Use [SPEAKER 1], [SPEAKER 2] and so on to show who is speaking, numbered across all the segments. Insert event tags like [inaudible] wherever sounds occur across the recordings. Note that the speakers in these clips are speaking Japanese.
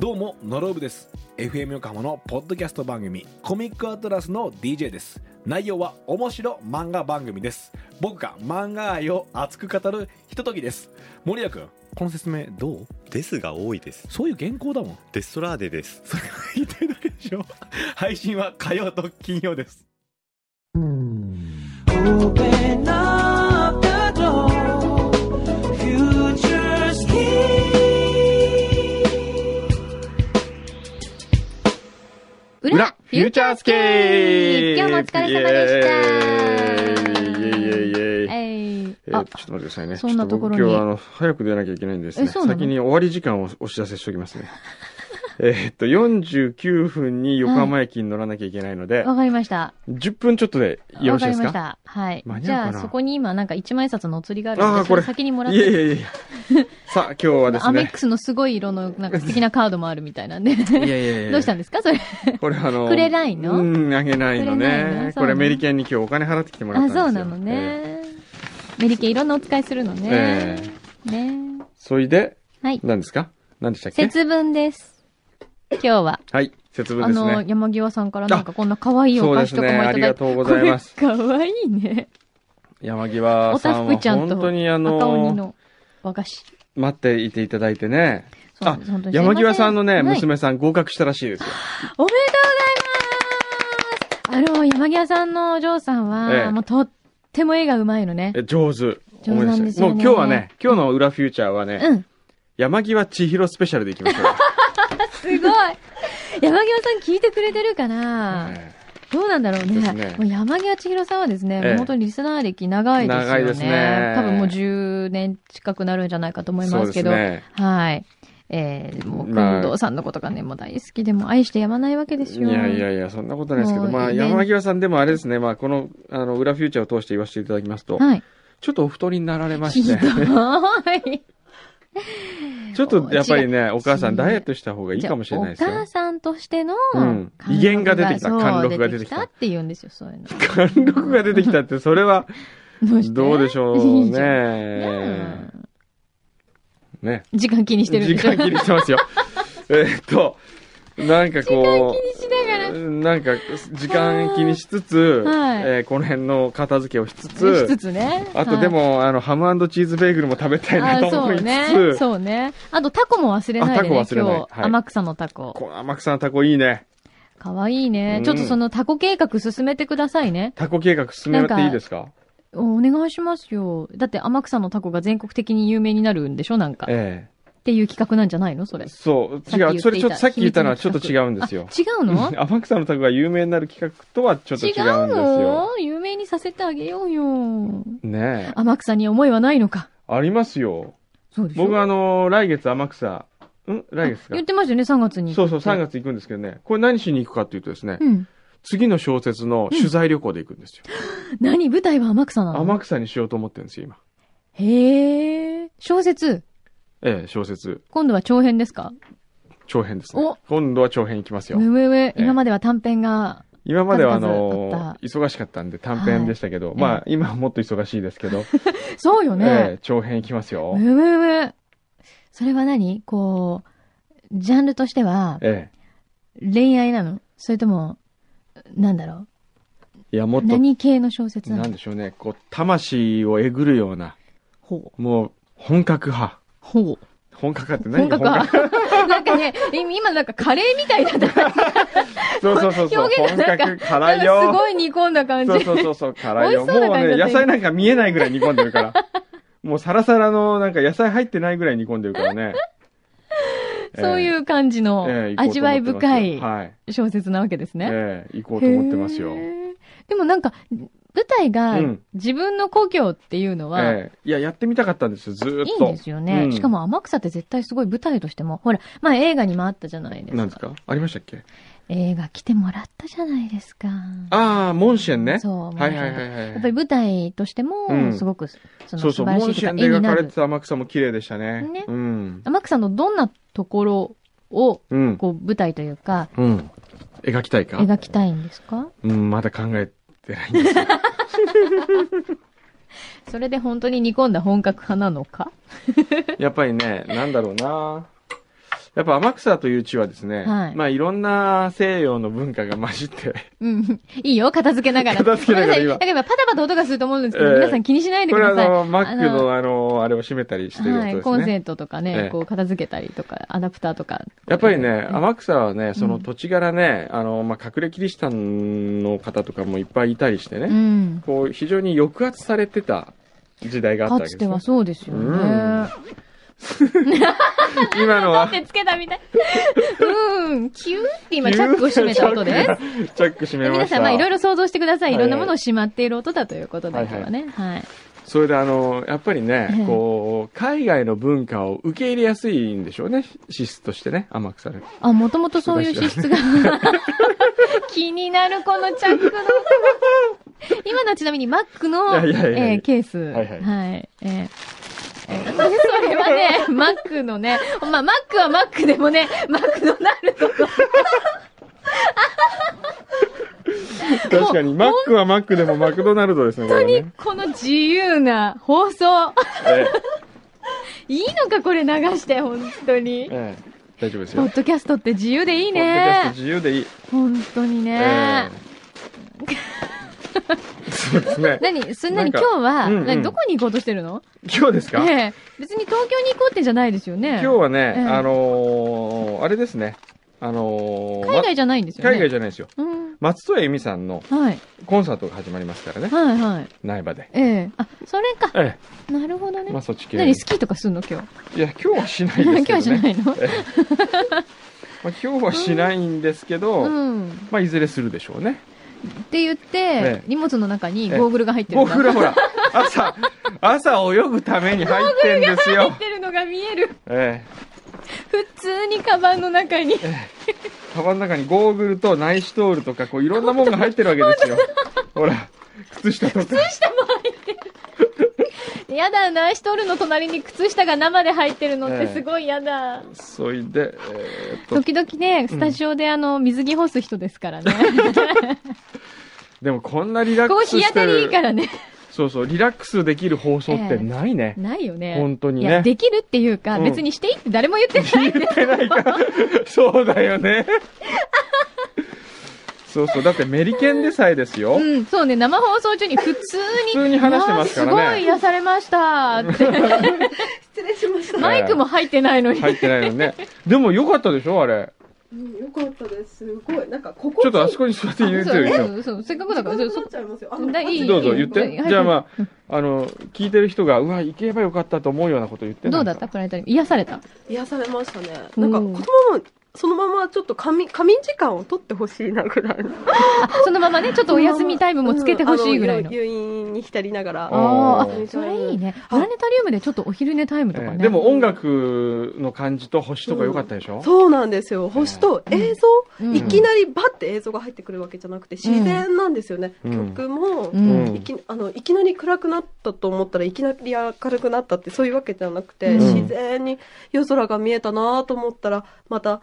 [SPEAKER 1] どうもノロブです FM 横浜のポッドキャスト番組コミックアトラスの DJ です内容は面白漫画番組です僕が漫画愛を熱く語るひとときです森谷君この説明どう
[SPEAKER 2] ですが多いです。
[SPEAKER 1] そういう原稿だもん
[SPEAKER 2] デストラーデです。
[SPEAKER 1] それが言ってるだけでしょ配信は火曜と金曜です
[SPEAKER 3] Open up the door, future's key.
[SPEAKER 4] 裏フューチャースケープ
[SPEAKER 5] 今日もお疲れ様でした
[SPEAKER 4] イエイイエイイエイイエ
[SPEAKER 5] えい
[SPEAKER 4] イえー
[SPEAKER 5] あ、
[SPEAKER 4] ちょっと待ってくださいね。
[SPEAKER 5] そんなところに
[SPEAKER 4] ちょっと僕今日はあの、早く出なきゃいけないんです
[SPEAKER 5] え
[SPEAKER 4] ね。
[SPEAKER 5] そうなの
[SPEAKER 4] 先に終わり時間をお知らせしておきます
[SPEAKER 5] [laughs]
[SPEAKER 4] ね。えーっと、49分に横浜駅に乗らなきゃいけないので、
[SPEAKER 5] わかりました。
[SPEAKER 4] 10分ちょっとでよろ
[SPEAKER 5] わ
[SPEAKER 4] し
[SPEAKER 5] か
[SPEAKER 4] いで
[SPEAKER 5] り
[SPEAKER 4] す
[SPEAKER 5] まし
[SPEAKER 4] か
[SPEAKER 5] た。はい
[SPEAKER 4] 間。に
[SPEAKER 5] じ
[SPEAKER 4] 合うか
[SPEAKER 5] ゃ
[SPEAKER 4] な
[SPEAKER 5] あ、そこに今、なんか一枚札のお釣りがあるの
[SPEAKER 4] あー
[SPEAKER 5] で、そ
[SPEAKER 4] これ
[SPEAKER 5] れ先にもらっ
[SPEAKER 4] いえい
[SPEAKER 5] て。
[SPEAKER 4] えいえ。さあ、今日はです
[SPEAKER 5] アメッ
[SPEAKER 4] ね。
[SPEAKER 5] クスのすごい色の、なんか素敵なカードもあるみたいなんで。
[SPEAKER 4] いやいやいや。
[SPEAKER 5] どうしたんですかそれ。
[SPEAKER 4] これあの、
[SPEAKER 5] くれないの
[SPEAKER 4] うん、あげないの
[SPEAKER 5] くれないの。そ
[SPEAKER 4] ね
[SPEAKER 5] うなの
[SPEAKER 4] これメリケンに今日お金払ってきてもらったん
[SPEAKER 5] あ、そう
[SPEAKER 4] ですよ。
[SPEAKER 5] なのね。メリケンいろんなお使いするの
[SPEAKER 4] えー。
[SPEAKER 5] ね。
[SPEAKER 4] えー
[SPEAKER 5] ね。
[SPEAKER 4] そいで、
[SPEAKER 5] はい。
[SPEAKER 4] 何ですか何でしたっけ
[SPEAKER 5] 節分です。今日は。
[SPEAKER 4] はい、節分
[SPEAKER 5] あ
[SPEAKER 4] です
[SPEAKER 5] の、
[SPEAKER 4] ね。
[SPEAKER 5] 山際さんからなんかこんな可愛いお菓子とかもいただいて。
[SPEAKER 4] そうですねありがとうございます
[SPEAKER 5] これ可愛いね。
[SPEAKER 4] 山際さんは
[SPEAKER 5] おたふくちゃんと
[SPEAKER 4] 本当にあ
[SPEAKER 5] 赤鬼
[SPEAKER 4] の、
[SPEAKER 5] の和菓子。
[SPEAKER 4] 待っていていただいてね。
[SPEAKER 5] そうな
[SPEAKER 4] あ
[SPEAKER 5] んです本当、にすいませ
[SPEAKER 4] 山際さんのね、
[SPEAKER 5] はい
[SPEAKER 4] 娘さん合格したらしいですよ。
[SPEAKER 5] おめでとうございますあの、山際さんのお嬢さんは、
[SPEAKER 4] ええ
[SPEAKER 5] もうとっても絵がうまいのね。
[SPEAKER 4] え上手。
[SPEAKER 5] 上手なんですよね
[SPEAKER 4] もう今日はね、今日の裏フューチャーはね、
[SPEAKER 5] うん。
[SPEAKER 4] 山際千尋スペシャルでいきましょう。
[SPEAKER 5] すごい山際さん聞いてくれてるかな、
[SPEAKER 4] え
[SPEAKER 5] どうなんだろう
[SPEAKER 4] です
[SPEAKER 5] ね。
[SPEAKER 4] ね
[SPEAKER 5] もう山際千尋さんはですね、
[SPEAKER 4] ええ
[SPEAKER 5] もう本当にリスナー歴長いですよね。
[SPEAKER 4] 長いですね
[SPEAKER 5] 多分もう10年近くなるんじゃないかと思
[SPEAKER 4] え
[SPEAKER 5] い
[SPEAKER 4] そ
[SPEAKER 5] ま
[SPEAKER 4] う
[SPEAKER 5] す
[SPEAKER 4] で
[SPEAKER 5] け
[SPEAKER 4] す
[SPEAKER 5] ど。
[SPEAKER 4] ね。
[SPEAKER 5] はい。えー、もう、
[SPEAKER 4] まあ
[SPEAKER 5] 工藤さんのことがね、もう大好きで、もう愛してやまないわけです
[SPEAKER 4] い
[SPEAKER 5] よ。
[SPEAKER 4] やいやいや、そんなことないですけど、
[SPEAKER 5] もう
[SPEAKER 4] まあ、
[SPEAKER 5] ね
[SPEAKER 4] 山際さんでもあれですね、まあ、この、あの、裏フューチャーを通して言わせていただきますと、
[SPEAKER 5] はい。
[SPEAKER 4] ちょっとお太りになられま
[SPEAKER 5] ひ
[SPEAKER 4] し
[SPEAKER 5] ど
[SPEAKER 4] て、
[SPEAKER 5] [laughs] い。
[SPEAKER 4] [laughs] ちょっとやっぱりね、お母さ
[SPEAKER 5] 違
[SPEAKER 4] ん
[SPEAKER 5] う
[SPEAKER 4] ダイエットした方がいいかもしれないです
[SPEAKER 5] お母
[SPEAKER 4] よ。
[SPEAKER 5] さんとしての
[SPEAKER 4] うん
[SPEAKER 5] 貫禄
[SPEAKER 4] 威厳が出てきた
[SPEAKER 5] そう
[SPEAKER 4] 貫禄が出てきた
[SPEAKER 5] 出って言うんですよ、そういうの。
[SPEAKER 4] 貫禄が出てきたって、それは、
[SPEAKER 5] ど
[SPEAKER 4] [laughs] どうでしょう
[SPEAKER 5] いいじゃん
[SPEAKER 4] ね。ね。
[SPEAKER 5] 時間気にしてるん
[SPEAKER 4] 時
[SPEAKER 5] でしょ
[SPEAKER 4] 間切りしてま
[SPEAKER 5] [laughs]
[SPEAKER 4] すよ。えーっと、なんかこ
[SPEAKER 5] 気にしなが
[SPEAKER 4] う、なんか、時間気にしつつ、
[SPEAKER 5] はい
[SPEAKER 4] えーこの辺の片付けをしつ
[SPEAKER 5] ら。しつ、
[SPEAKER 4] つ
[SPEAKER 5] つね。
[SPEAKER 4] あとでも、あの、ハムチーズベーグルも食べた
[SPEAKER 5] はいい、
[SPEAKER 4] な
[SPEAKER 5] あ
[SPEAKER 4] と
[SPEAKER 5] そ
[SPEAKER 4] [laughs] 思
[SPEAKER 5] う
[SPEAKER 4] いつ
[SPEAKER 5] ね。
[SPEAKER 4] つ、
[SPEAKER 5] そうね。あと、タコも忘れないでね、
[SPEAKER 4] あタコ忘れない
[SPEAKER 5] 今日。
[SPEAKER 4] はい
[SPEAKER 5] 天草のタコ。
[SPEAKER 4] この天草のタコいいね。
[SPEAKER 5] かわいいね
[SPEAKER 4] う。ん
[SPEAKER 5] ちょっとそのタコ計画進めてくださいね。
[SPEAKER 4] タコ計画進めていいですか
[SPEAKER 5] おお願いしますよ。だって天草のタコが全国的に有名になるんでしょなんか。っ
[SPEAKER 4] え
[SPEAKER 5] ていう企画なんじゃないのそれ
[SPEAKER 4] え。。そう、
[SPEAKER 5] さっき言って
[SPEAKER 4] 違う。
[SPEAKER 5] いた
[SPEAKER 4] それちょっとさっき言ったのはちょっと違うんですよ
[SPEAKER 5] あ。違うの
[SPEAKER 4] うん [laughs] 天草のタコが有名になる企画とはちょっと違
[SPEAKER 5] 違
[SPEAKER 4] うん
[SPEAKER 5] う
[SPEAKER 4] です
[SPEAKER 5] の
[SPEAKER 4] よ。
[SPEAKER 5] 有名にさせてあげようよ。
[SPEAKER 4] ねえ。
[SPEAKER 5] 天草に思いはないのか。
[SPEAKER 4] ありますよ。
[SPEAKER 5] そうでしょ
[SPEAKER 4] 僕あの、来月天草、ん来月か
[SPEAKER 5] 言っ。てましたよね、3月に。
[SPEAKER 4] そうそう、3
[SPEAKER 5] 月。
[SPEAKER 4] 月行くんですけどね。これ何しに行くかっていうとですね、
[SPEAKER 5] うん。
[SPEAKER 4] 次の小説の取材旅行で行くんですよ。
[SPEAKER 5] 何舞台は天草なの
[SPEAKER 4] 天草にしようと思ってるんですよ、今。
[SPEAKER 5] へえ。小説。
[SPEAKER 4] ええ、小説。
[SPEAKER 5] 今度は長編ですか
[SPEAKER 4] 長編ですね
[SPEAKER 5] お。
[SPEAKER 4] 今度は長編行きます
[SPEAKER 5] う
[SPEAKER 4] よ。
[SPEAKER 5] えうえ
[SPEAKER 4] ええ
[SPEAKER 5] 今までは短編が、
[SPEAKER 4] 今まではあ
[SPEAKER 5] 数々あ
[SPEAKER 4] の
[SPEAKER 5] っ、
[SPEAKER 4] 忙しかったんで短編でしたけど、
[SPEAKER 5] い
[SPEAKER 4] まあ、今はもっと忙しいですけど、
[SPEAKER 5] そうよ
[SPEAKER 4] ええ
[SPEAKER 5] ね。
[SPEAKER 4] 長編行きます
[SPEAKER 5] う
[SPEAKER 4] よ
[SPEAKER 5] え。うえ。それは何こう、ジャンルとしては、
[SPEAKER 4] え
[SPEAKER 5] 恋愛なのそれとも、なんだろ
[SPEAKER 4] え。いや、も
[SPEAKER 5] う
[SPEAKER 4] っと、
[SPEAKER 5] 何系の小説な
[SPEAKER 4] なん
[SPEAKER 5] の
[SPEAKER 4] でしょうね、こう、魂をえぐるような、もう、本格派。
[SPEAKER 5] ほう。
[SPEAKER 4] 本格派って何
[SPEAKER 5] 本格派。なんかね、今なんかカレーみたいだった。
[SPEAKER 4] そうそうそうそう。
[SPEAKER 5] 表現
[SPEAKER 4] 本
[SPEAKER 5] がなんか
[SPEAKER 4] 格辛い
[SPEAKER 5] す
[SPEAKER 4] よ。
[SPEAKER 5] ごい煮込んだ感じ。
[SPEAKER 4] そうそうそうそう、辛いよ。
[SPEAKER 5] 美味しそうな
[SPEAKER 4] もう
[SPEAKER 5] 感じ
[SPEAKER 4] ね、
[SPEAKER 5] だった
[SPEAKER 4] 野菜なんか見えないぐらい煮込んでるから。 [laughs] もうサラサラの、なんか野菜入ってないぐらい煮込んでるからね。
[SPEAKER 5] [laughs] [laughs] そう
[SPEAKER 4] え
[SPEAKER 5] い
[SPEAKER 4] え
[SPEAKER 5] う感じの
[SPEAKER 4] ええ行こうと思ってます
[SPEAKER 5] 味わい深い
[SPEAKER 4] はい。
[SPEAKER 5] 小説なわけですね。
[SPEAKER 4] ええ行こうと思ってますよ。
[SPEAKER 5] へ
[SPEAKER 4] え
[SPEAKER 5] ー。でもなんか、舞台が
[SPEAKER 4] うん
[SPEAKER 5] 自分の故郷っていうのは、
[SPEAKER 4] えいや、やってみたかったんですよ、ずーっ
[SPEAKER 5] いい
[SPEAKER 4] と。
[SPEAKER 5] んですよね。
[SPEAKER 4] うん
[SPEAKER 5] しかも天草って絶対すごい舞台としても、ほら、前映画にもあったじゃないです
[SPEAKER 4] な
[SPEAKER 5] か。
[SPEAKER 4] んですかありましたっけ
[SPEAKER 5] 映画来てもらったじゃないですか。
[SPEAKER 4] ああ、モンシェンね。
[SPEAKER 5] そう。
[SPEAKER 4] はいはいはいはい。
[SPEAKER 5] やっぱり舞台として
[SPEAKER 4] う
[SPEAKER 5] も、
[SPEAKER 4] ん
[SPEAKER 5] すごく、そ
[SPEAKER 4] そ
[SPEAKER 5] の
[SPEAKER 4] う
[SPEAKER 5] 素
[SPEAKER 4] そう、
[SPEAKER 5] 晴ら
[SPEAKER 4] モ
[SPEAKER 5] し
[SPEAKER 4] ン
[SPEAKER 5] いと
[SPEAKER 4] シ
[SPEAKER 5] い
[SPEAKER 4] ェ
[SPEAKER 5] う
[SPEAKER 4] ン
[SPEAKER 5] か、絵に
[SPEAKER 4] で描
[SPEAKER 5] な
[SPEAKER 4] かれ
[SPEAKER 5] る
[SPEAKER 4] て。た天草も綺麗でしたね。
[SPEAKER 5] ね
[SPEAKER 4] うん。
[SPEAKER 5] 天草のどんなところを、
[SPEAKER 4] うん。
[SPEAKER 5] こう、舞台というか、
[SPEAKER 4] うん。描きたいか
[SPEAKER 5] 描きたいんですか
[SPEAKER 4] うん、まだ考えてないんですよ。
[SPEAKER 5] それで本当に煮込んだ本格派なのか
[SPEAKER 4] やっぱりね、なんだろうなやっぱ天草という地はですね、
[SPEAKER 5] はい
[SPEAKER 4] まあいろんな西洋の文化が混じって、
[SPEAKER 5] うん。いいよ、片付けながら。
[SPEAKER 4] 片付けながら
[SPEAKER 5] [laughs] ごめんさいなんか今、
[SPEAKER 4] 今
[SPEAKER 5] パタパタ音がすると思うんですけど、
[SPEAKER 4] ええ
[SPEAKER 5] 皆さん気にしないで
[SPEAKER 4] こ
[SPEAKER 5] く
[SPEAKER 4] れ
[SPEAKER 5] ださい。
[SPEAKER 4] はあの、マック
[SPEAKER 5] あの
[SPEAKER 4] のあの、あれを閉めたりしてる
[SPEAKER 5] はい、コ
[SPEAKER 4] 音で
[SPEAKER 5] ン
[SPEAKER 4] すね。
[SPEAKER 5] セントとか
[SPEAKER 4] え
[SPEAKER 5] ね
[SPEAKER 4] え、
[SPEAKER 5] こう片付けたりとか、アダプターとか。
[SPEAKER 4] やっぱりね、
[SPEAKER 5] あ
[SPEAKER 4] 天草はね、その土地柄ね、あの、まあ、隠れキリシタンの方とかもいっぱいいたりしてね、
[SPEAKER 5] うん。
[SPEAKER 4] こう、非常に抑圧されてた時代があった
[SPEAKER 5] か
[SPEAKER 4] わけで
[SPEAKER 5] つ
[SPEAKER 4] す
[SPEAKER 5] て
[SPEAKER 4] ね、
[SPEAKER 5] はそうですよ
[SPEAKER 4] うん
[SPEAKER 5] ね。
[SPEAKER 4] 今のは、
[SPEAKER 5] 手つけたみたい。うん、キューって今、チャックを閉めた音です。
[SPEAKER 4] チャック閉めました。
[SPEAKER 5] 皆さん、まあ、いろいろ想像してください。いろんなもの
[SPEAKER 4] は
[SPEAKER 5] をしまっている音だということだけはね。はい。
[SPEAKER 4] それであの、やっぱり
[SPEAKER 5] え
[SPEAKER 4] ね
[SPEAKER 5] え、
[SPEAKER 4] こう、海外の文化を受け入れやすいんでしょうね、資質としてね、天草で。
[SPEAKER 5] あ、もともとそういう資質が。気になる、このチャックの。今のはちなみに Mac の、
[SPEAKER 4] いやいやいやいや
[SPEAKER 5] えーケース。
[SPEAKER 4] はいはい
[SPEAKER 5] えーえーそれはね、Mac のね、 [laughs] まあ、Mac は Mac でもね、マクドナルドの
[SPEAKER 4] 確かに、マックはマックでもマクドナルドですね、こ
[SPEAKER 5] 本当
[SPEAKER 4] れ
[SPEAKER 5] に
[SPEAKER 4] ね。
[SPEAKER 5] この自由な放送。
[SPEAKER 4] え
[SPEAKER 5] いいのか、これ流して、本当
[SPEAKER 4] え
[SPEAKER 5] に。
[SPEAKER 4] ええ大丈夫です
[SPEAKER 5] ポ
[SPEAKER 4] よ。
[SPEAKER 5] ッドキャストって自由でいい
[SPEAKER 4] ポッドキャスト
[SPEAKER 5] ね。
[SPEAKER 4] 自由でいい。
[SPEAKER 5] 本当にね。
[SPEAKER 4] えそうですね。
[SPEAKER 5] 何すんなに
[SPEAKER 4] な
[SPEAKER 5] 今
[SPEAKER 4] ん
[SPEAKER 5] 日
[SPEAKER 4] か
[SPEAKER 5] は、
[SPEAKER 4] うんうん
[SPEAKER 5] 何どこに行こうとしてるの
[SPEAKER 4] 今日ですか、
[SPEAKER 5] ええ別に東京に行こうってんじゃないですよね。
[SPEAKER 4] 今日はね、
[SPEAKER 5] ええ
[SPEAKER 4] あのーあれですね。あのー
[SPEAKER 5] 海外じゃないんですよ
[SPEAKER 4] ま
[SPEAKER 5] ね。
[SPEAKER 4] 海外
[SPEAKER 5] じ
[SPEAKER 4] じゃないですよ。
[SPEAKER 5] ゃ。うん。
[SPEAKER 4] 松任谷由実さんの
[SPEAKER 5] はい。
[SPEAKER 4] コンサートが始まりますからね、
[SPEAKER 5] はいはい。
[SPEAKER 4] 苗場で。
[SPEAKER 5] ええあ、それか。
[SPEAKER 4] え
[SPEAKER 5] なるほど
[SPEAKER 4] え、
[SPEAKER 5] ね。
[SPEAKER 4] まあそっち系。
[SPEAKER 5] 何スキーとかすんの今日。
[SPEAKER 4] いや、今日はしないですけど、ね。
[SPEAKER 5] [laughs] 今日じゃないの
[SPEAKER 4] ええまあ、今日はしないんですけど、
[SPEAKER 5] うん。っ
[SPEAKER 4] まあ、いずれするでしょうね。
[SPEAKER 5] て言って
[SPEAKER 4] え、
[SPEAKER 5] 荷物の中にゴーグルが入ってる
[SPEAKER 4] 僕ら
[SPEAKER 5] が
[SPEAKER 4] ほら、朝、朝泳ぐために入ってんです
[SPEAKER 5] 入 [laughs]
[SPEAKER 4] よ
[SPEAKER 5] っ。てるのが見える。
[SPEAKER 4] ええ、
[SPEAKER 5] 普通にカバンの中に。
[SPEAKER 4] カバンの中にゴーグルとナイシトールとか、こういろんなもんが入ってるわけ
[SPEAKER 5] [laughs]
[SPEAKER 4] ですよ。ほら、靴下とか。
[SPEAKER 5] [laughs] やだ、ナイシトールの隣に靴下が生で入ってるのって
[SPEAKER 4] ええ
[SPEAKER 5] すごいやだ。
[SPEAKER 4] そいで、えーっと、
[SPEAKER 5] 時々ね、スタジオであの、水着干す人ですからね。
[SPEAKER 4] [laughs] でもこんなリラッ
[SPEAKER 5] ここ
[SPEAKER 4] クス
[SPEAKER 5] 日
[SPEAKER 4] し
[SPEAKER 5] 当
[SPEAKER 4] て
[SPEAKER 5] たりいい
[SPEAKER 4] る。
[SPEAKER 5] からね。
[SPEAKER 4] そうそう、リラックスできる放送ってないね。
[SPEAKER 5] ないよね。
[SPEAKER 4] 本当にね
[SPEAKER 5] いや、できるっていうか、
[SPEAKER 4] うん
[SPEAKER 5] 別にしていいって誰も言ってないんで
[SPEAKER 4] 言ってな
[SPEAKER 5] [laughs]
[SPEAKER 4] いか。そうだよね。そうそう、だってメリケンでさえですよ。
[SPEAKER 5] うん、そうね、生放送中に普通に。
[SPEAKER 4] 普通に話してますからね
[SPEAKER 5] いやーすごい癒されましたって。 [laughs] 失礼しました。マイクも入ってないのに。
[SPEAKER 4] 入ってないのね。でもよかったでしょあれ。
[SPEAKER 6] うんよかったです。すごい。なんか、ここ
[SPEAKER 4] ちょっとあそこに座って言うてるでし
[SPEAKER 5] そう
[SPEAKER 4] ょ。
[SPEAKER 5] そうそう。せっかくだから、そ
[SPEAKER 6] そっ
[SPEAKER 5] そ
[SPEAKER 6] ちゃいますよ。あ
[SPEAKER 5] だいい
[SPEAKER 4] どうぞ言っ
[SPEAKER 5] いい
[SPEAKER 4] て
[SPEAKER 5] よ。
[SPEAKER 4] じゃあまあ、あの、聞いてる人が、うわ、行けばよかったと思うようなこと言って
[SPEAKER 5] ど
[SPEAKER 4] な
[SPEAKER 5] う
[SPEAKER 4] い
[SPEAKER 5] だったプラネタリウム。癒された。
[SPEAKER 6] 癒されましたね。
[SPEAKER 5] おー
[SPEAKER 6] なんか、このまま、そのままちょっと仮眠、仮眠時間を取ってほしいなぐらいの。
[SPEAKER 5] そのままね、ちょっとお休みタイムもつけてほしいぐらいの
[SPEAKER 6] うんあ。入院に浸りながら。
[SPEAKER 5] あ
[SPEAKER 4] あ
[SPEAKER 5] あ
[SPEAKER 4] ー
[SPEAKER 5] ー、あそれいいね。プラネタリウムでちょっとお昼寝タイムとか
[SPEAKER 4] え
[SPEAKER 5] ね。
[SPEAKER 4] えでも音楽の感じと星とかよかったでしょ
[SPEAKER 6] そうなんですよ。星と映像、
[SPEAKER 5] うん
[SPEAKER 6] いきなりバッて映像が入ってくるわけじゃなくて、自然なんですよね。
[SPEAKER 4] うん
[SPEAKER 6] 曲も、
[SPEAKER 5] うん、
[SPEAKER 4] うん
[SPEAKER 6] いきあのいきなり暗くなったと思ったらいきなり明るくなったってそういうわけじゃなくて、
[SPEAKER 5] うん
[SPEAKER 6] 自然に夜空が見えたなと思ったらまた、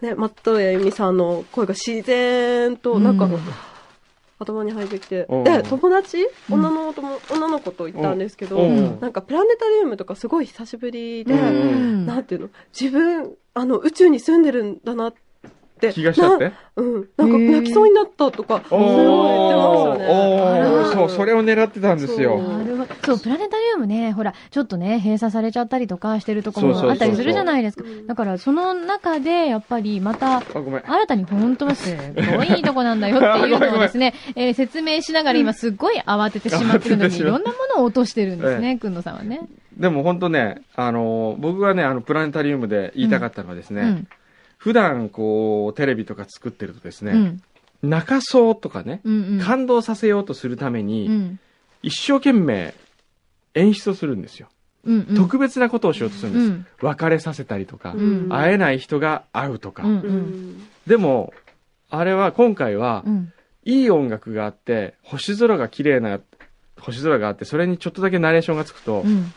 [SPEAKER 6] ね、松任谷由実さんの声が自然となんか、
[SPEAKER 5] うん
[SPEAKER 6] 頭に入ってきて
[SPEAKER 4] おう
[SPEAKER 6] で友達
[SPEAKER 5] うん
[SPEAKER 6] 女の友女の子と行ったんですけど、
[SPEAKER 4] うん
[SPEAKER 6] なんかプラネタリウムとかすごい久しぶりで、
[SPEAKER 4] うん
[SPEAKER 6] なんていうの自分あの宇宙に住んでるんだなって
[SPEAKER 4] 気がしち
[SPEAKER 5] [laughs]
[SPEAKER 4] ゃって。
[SPEAKER 6] うん、なん
[SPEAKER 5] へ
[SPEAKER 6] か
[SPEAKER 5] ー
[SPEAKER 6] 泣きそうになったとか、すごい言ってましたね。
[SPEAKER 4] お
[SPEAKER 6] う
[SPEAKER 4] ー
[SPEAKER 6] ん
[SPEAKER 4] そう、それを狙ってたんですよ。
[SPEAKER 5] なるほどそう、プラネタリウムね、ほら、ちょっとね、閉鎖されちゃったりとかしてるとこ
[SPEAKER 4] そうそ
[SPEAKER 5] も
[SPEAKER 4] うそう
[SPEAKER 5] あったりするじゃないですか
[SPEAKER 6] う。ん
[SPEAKER 5] だから、その中で、やっぱり、また、
[SPEAKER 4] あ、ごめん。
[SPEAKER 5] 新たに本当はすごいいいとこなんだよっていうのを
[SPEAKER 4] [laughs]
[SPEAKER 5] ですね、えー説明しながら今すっごい慌ててしまってるの
[SPEAKER 4] 慌
[SPEAKER 5] に、い
[SPEAKER 4] ててしまう
[SPEAKER 5] ろんなものを落としてるんですね、くんのさんはね。
[SPEAKER 4] でも本当ね、あの、僕がね、あの、プラネタリウムで言いたかったのはですね、
[SPEAKER 5] うん。
[SPEAKER 4] 普段こう、テレビとか作ってるとです
[SPEAKER 5] う
[SPEAKER 4] ね、
[SPEAKER 5] ん。
[SPEAKER 4] 泣かそうとかね、
[SPEAKER 5] うん。うん。
[SPEAKER 4] 感動させようとするために、
[SPEAKER 5] うん。
[SPEAKER 4] 一生懸命演出をするんですよ。
[SPEAKER 5] うん。うん。
[SPEAKER 4] 特別なことをしようとするん
[SPEAKER 5] う
[SPEAKER 4] です。
[SPEAKER 5] ん。
[SPEAKER 4] 別れさせたりとか、
[SPEAKER 5] うん
[SPEAKER 4] 会えない人が会うとか。
[SPEAKER 5] うん。
[SPEAKER 6] う
[SPEAKER 5] うん。
[SPEAKER 6] ん
[SPEAKER 4] でも、あれは今回は、
[SPEAKER 5] うん。
[SPEAKER 4] いい音楽があって、星空が綺麗な星空があって、それにちょっとだけナレーションがつくと、
[SPEAKER 5] うん。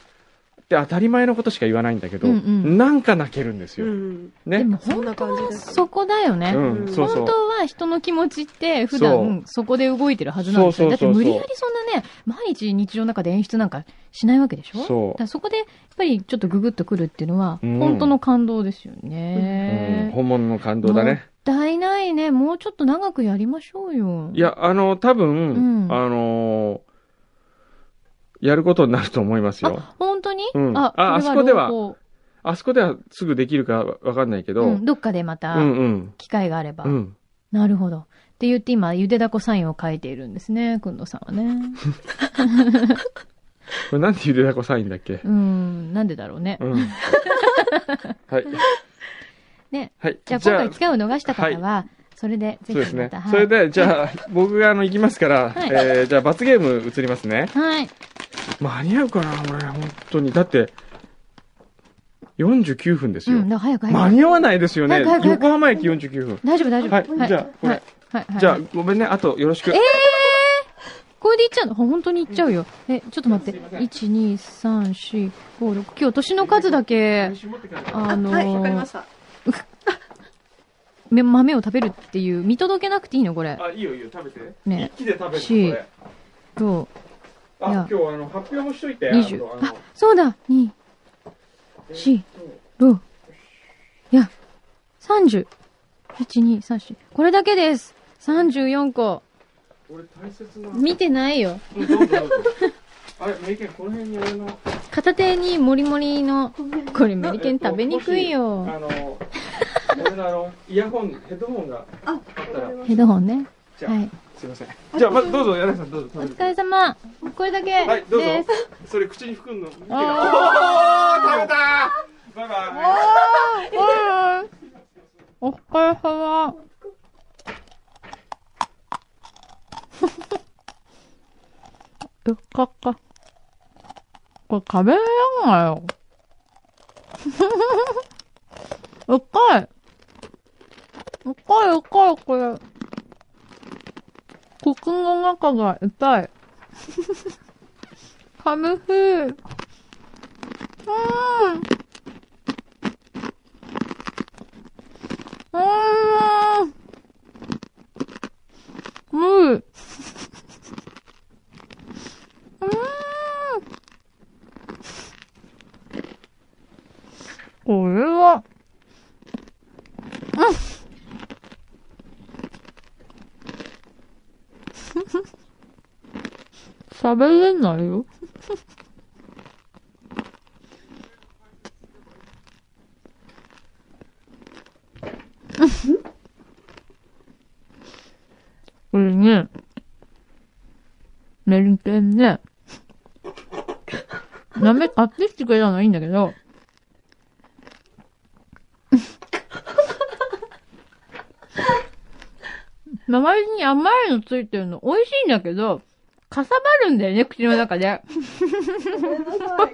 [SPEAKER 4] って当たり前のことしか言わないんだけど、
[SPEAKER 5] うんうん
[SPEAKER 4] なんか泣けるんです
[SPEAKER 6] う
[SPEAKER 4] よ。
[SPEAKER 6] ん。
[SPEAKER 5] で
[SPEAKER 4] ね。
[SPEAKER 5] も
[SPEAKER 6] そん
[SPEAKER 5] 本
[SPEAKER 6] な
[SPEAKER 5] 当
[SPEAKER 6] 感じ
[SPEAKER 5] は
[SPEAKER 6] です
[SPEAKER 5] そこだよね。
[SPEAKER 4] うん、そうそう
[SPEAKER 5] 本当。は人の気持ちって普段そこで動いてるはずなんです
[SPEAKER 4] そ
[SPEAKER 5] よ。
[SPEAKER 4] うそ
[SPEAKER 5] だ
[SPEAKER 4] う
[SPEAKER 5] って
[SPEAKER 4] そうそう
[SPEAKER 5] 無理やりそんなね、毎日日常の中で演出なんかしないわけでしょ
[SPEAKER 4] そう
[SPEAKER 5] だからそこでやっぱりちょっとググッとくるっていうのは、
[SPEAKER 4] うん
[SPEAKER 5] 本当の感動ですよ
[SPEAKER 4] うん、
[SPEAKER 5] ね。
[SPEAKER 4] 本物の感動だね。
[SPEAKER 5] だいないね。もうちょっと長くやりましょうよ。
[SPEAKER 4] い、や、あの、多分、
[SPEAKER 5] うん
[SPEAKER 4] あのーやることになると思いますよ。あ
[SPEAKER 5] 本当に、
[SPEAKER 4] うん
[SPEAKER 5] あ、
[SPEAKER 4] あ
[SPEAKER 5] れ
[SPEAKER 4] あそこでは
[SPEAKER 5] 朗報
[SPEAKER 4] そこではすぐできるかわわかんないけど、う、
[SPEAKER 5] うんん、どっかでま
[SPEAKER 4] う
[SPEAKER 5] た
[SPEAKER 4] ん、
[SPEAKER 5] 機会があれば。
[SPEAKER 4] うん。
[SPEAKER 5] なるほど。って言って今、ゆでだこサインを書いているんですね、くんどさんは
[SPEAKER 4] [laughs]
[SPEAKER 5] ね。
[SPEAKER 4] これなんてゆでだこサインだっけ
[SPEAKER 5] うん、なんでだろうね。 [laughs]
[SPEAKER 4] うん。はい。
[SPEAKER 5] ね。
[SPEAKER 4] はい。
[SPEAKER 5] じゃあ今回機会を逃した方は、それで、ぜ
[SPEAKER 4] そうです
[SPEAKER 5] ひま
[SPEAKER 4] ね
[SPEAKER 5] た。。
[SPEAKER 4] それで、じゃあ、僕があの、行きますから、
[SPEAKER 5] はい
[SPEAKER 4] えー、じゃあ、罰ゲーム移りますね。
[SPEAKER 5] はい。はい。
[SPEAKER 4] 間に合うかな俺、本当に。だって、49分です
[SPEAKER 5] う
[SPEAKER 4] よ。
[SPEAKER 5] ん、だから早く
[SPEAKER 4] 間
[SPEAKER 5] 早く。
[SPEAKER 4] に合わないですよね。
[SPEAKER 5] 早く早く早く
[SPEAKER 4] 横浜駅49分。
[SPEAKER 5] 大丈夫、大丈夫。
[SPEAKER 4] はいじゃあこれ
[SPEAKER 5] はい。はい。はい
[SPEAKER 4] じゃあ、ごめんね。あと、よろしく。
[SPEAKER 5] これでいっちゃうの本当にいっちゃうよ。え、ちょっと待って。1、2、3、4、5、6、今日、年の数だけ、あの
[SPEAKER 6] はい、わかりまし
[SPEAKER 5] ー、
[SPEAKER 6] た。
[SPEAKER 5] め豆を食べるっていう、見届けなくていいのこれ。
[SPEAKER 4] あ、いいよいいよ、食べて。
[SPEAKER 5] ね
[SPEAKER 4] 一気で食べ
[SPEAKER 5] し
[SPEAKER 4] るこれ。
[SPEAKER 5] どう
[SPEAKER 4] あ、
[SPEAKER 5] い
[SPEAKER 4] 今
[SPEAKER 5] や
[SPEAKER 4] 日、あの、発表もしといて。
[SPEAKER 5] 二十
[SPEAKER 4] あとあ
[SPEAKER 5] あ
[SPEAKER 4] の、
[SPEAKER 5] そうだ。二、四、六、いや、三十。一、二、三、四。これだけです。三十四個。
[SPEAKER 4] 俺大切な。
[SPEAKER 5] 見てないよ。
[SPEAKER 4] うんどうぞどうぞあれ、名犬、この辺に俺の。
[SPEAKER 5] 片手にモリモリの、これメリケン食べにくいよ。
[SPEAKER 4] あの、俺のあの、イヤホン、ヘッドホンがあったら、
[SPEAKER 5] ヘッドホンね。
[SPEAKER 4] じゃあ
[SPEAKER 5] はい。
[SPEAKER 4] すいません。じゃあ、まずどうぞ、柳井さん、どうぞ
[SPEAKER 5] お
[SPEAKER 4] 食べ
[SPEAKER 5] 疲
[SPEAKER 4] て。
[SPEAKER 5] れ様。これだけ
[SPEAKER 4] はい、どうぞ
[SPEAKER 5] です。。
[SPEAKER 4] それ口に含むの。見て
[SPEAKER 5] お
[SPEAKER 4] なおー食べたーバイバイ。
[SPEAKER 5] ーお疲れ様。よかった。これ食べれるのよ。うっかい。うっかいうっかい、これ。口の中が痛い。噛むふう。うーん。うーん。無理。うーん。これは。うん。喋れないよ。これね、メルケンね、豆買ってきてくれたのはいいんだけど、周りに甘いのついてるの美味しいんだけど、かさばるんだよね、口の中で。
[SPEAKER 6] ごめんなさい。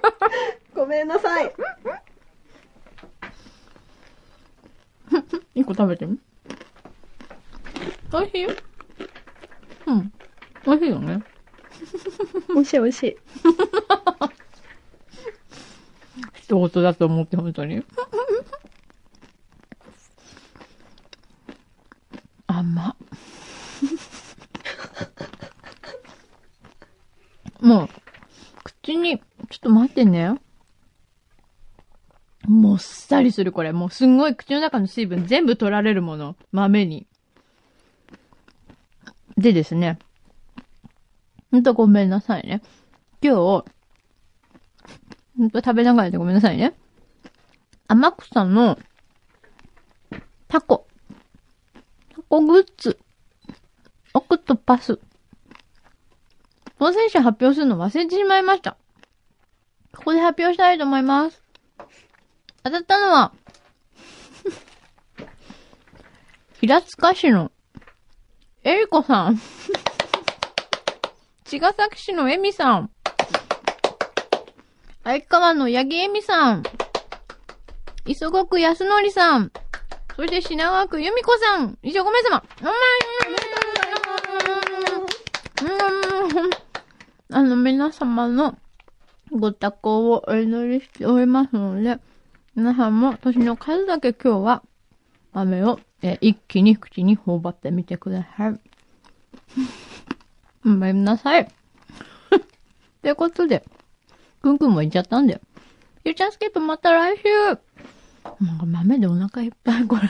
[SPEAKER 6] ごめんなさ
[SPEAKER 5] [laughs]
[SPEAKER 6] い。
[SPEAKER 5] 一個食べてみ。美味しいよ。うん。美味しいよね。
[SPEAKER 6] 美味しい美味しい。
[SPEAKER 5] 一言だと思って、本当に。 [laughs] 甘っ。もう、口に、ちょっと待ってね。もっさりする、これ。もうすんごい口の中の水分全部取られるもの。豆に。でですね。ほんとごめんなさいね。今日、ほんと食べながらでごめんなさいね。天草のタコ。タコグッズ。オクトパス。当選者発表するの忘れてしまいました。ここで発表したいと思います。当たったのは、 [laughs] 平塚市のえりこさん。 [laughs] 茅ヶ崎市のえみさん。相川の八木恵美さん、磯子区安則さん、そして品川区由美子さん、以上5名様。うん、うん、うん、うん、あの、皆様のご多幸をお祈りしておりますので、皆さんも年の数だけ今日は豆を、えー一気に口に頬張ってみてください。ごめんなさい。 [laughs] ってことで、くんくんも行っちゃったんで、フューチャースケープまた来週なんか豆でお腹いっぱいこれ。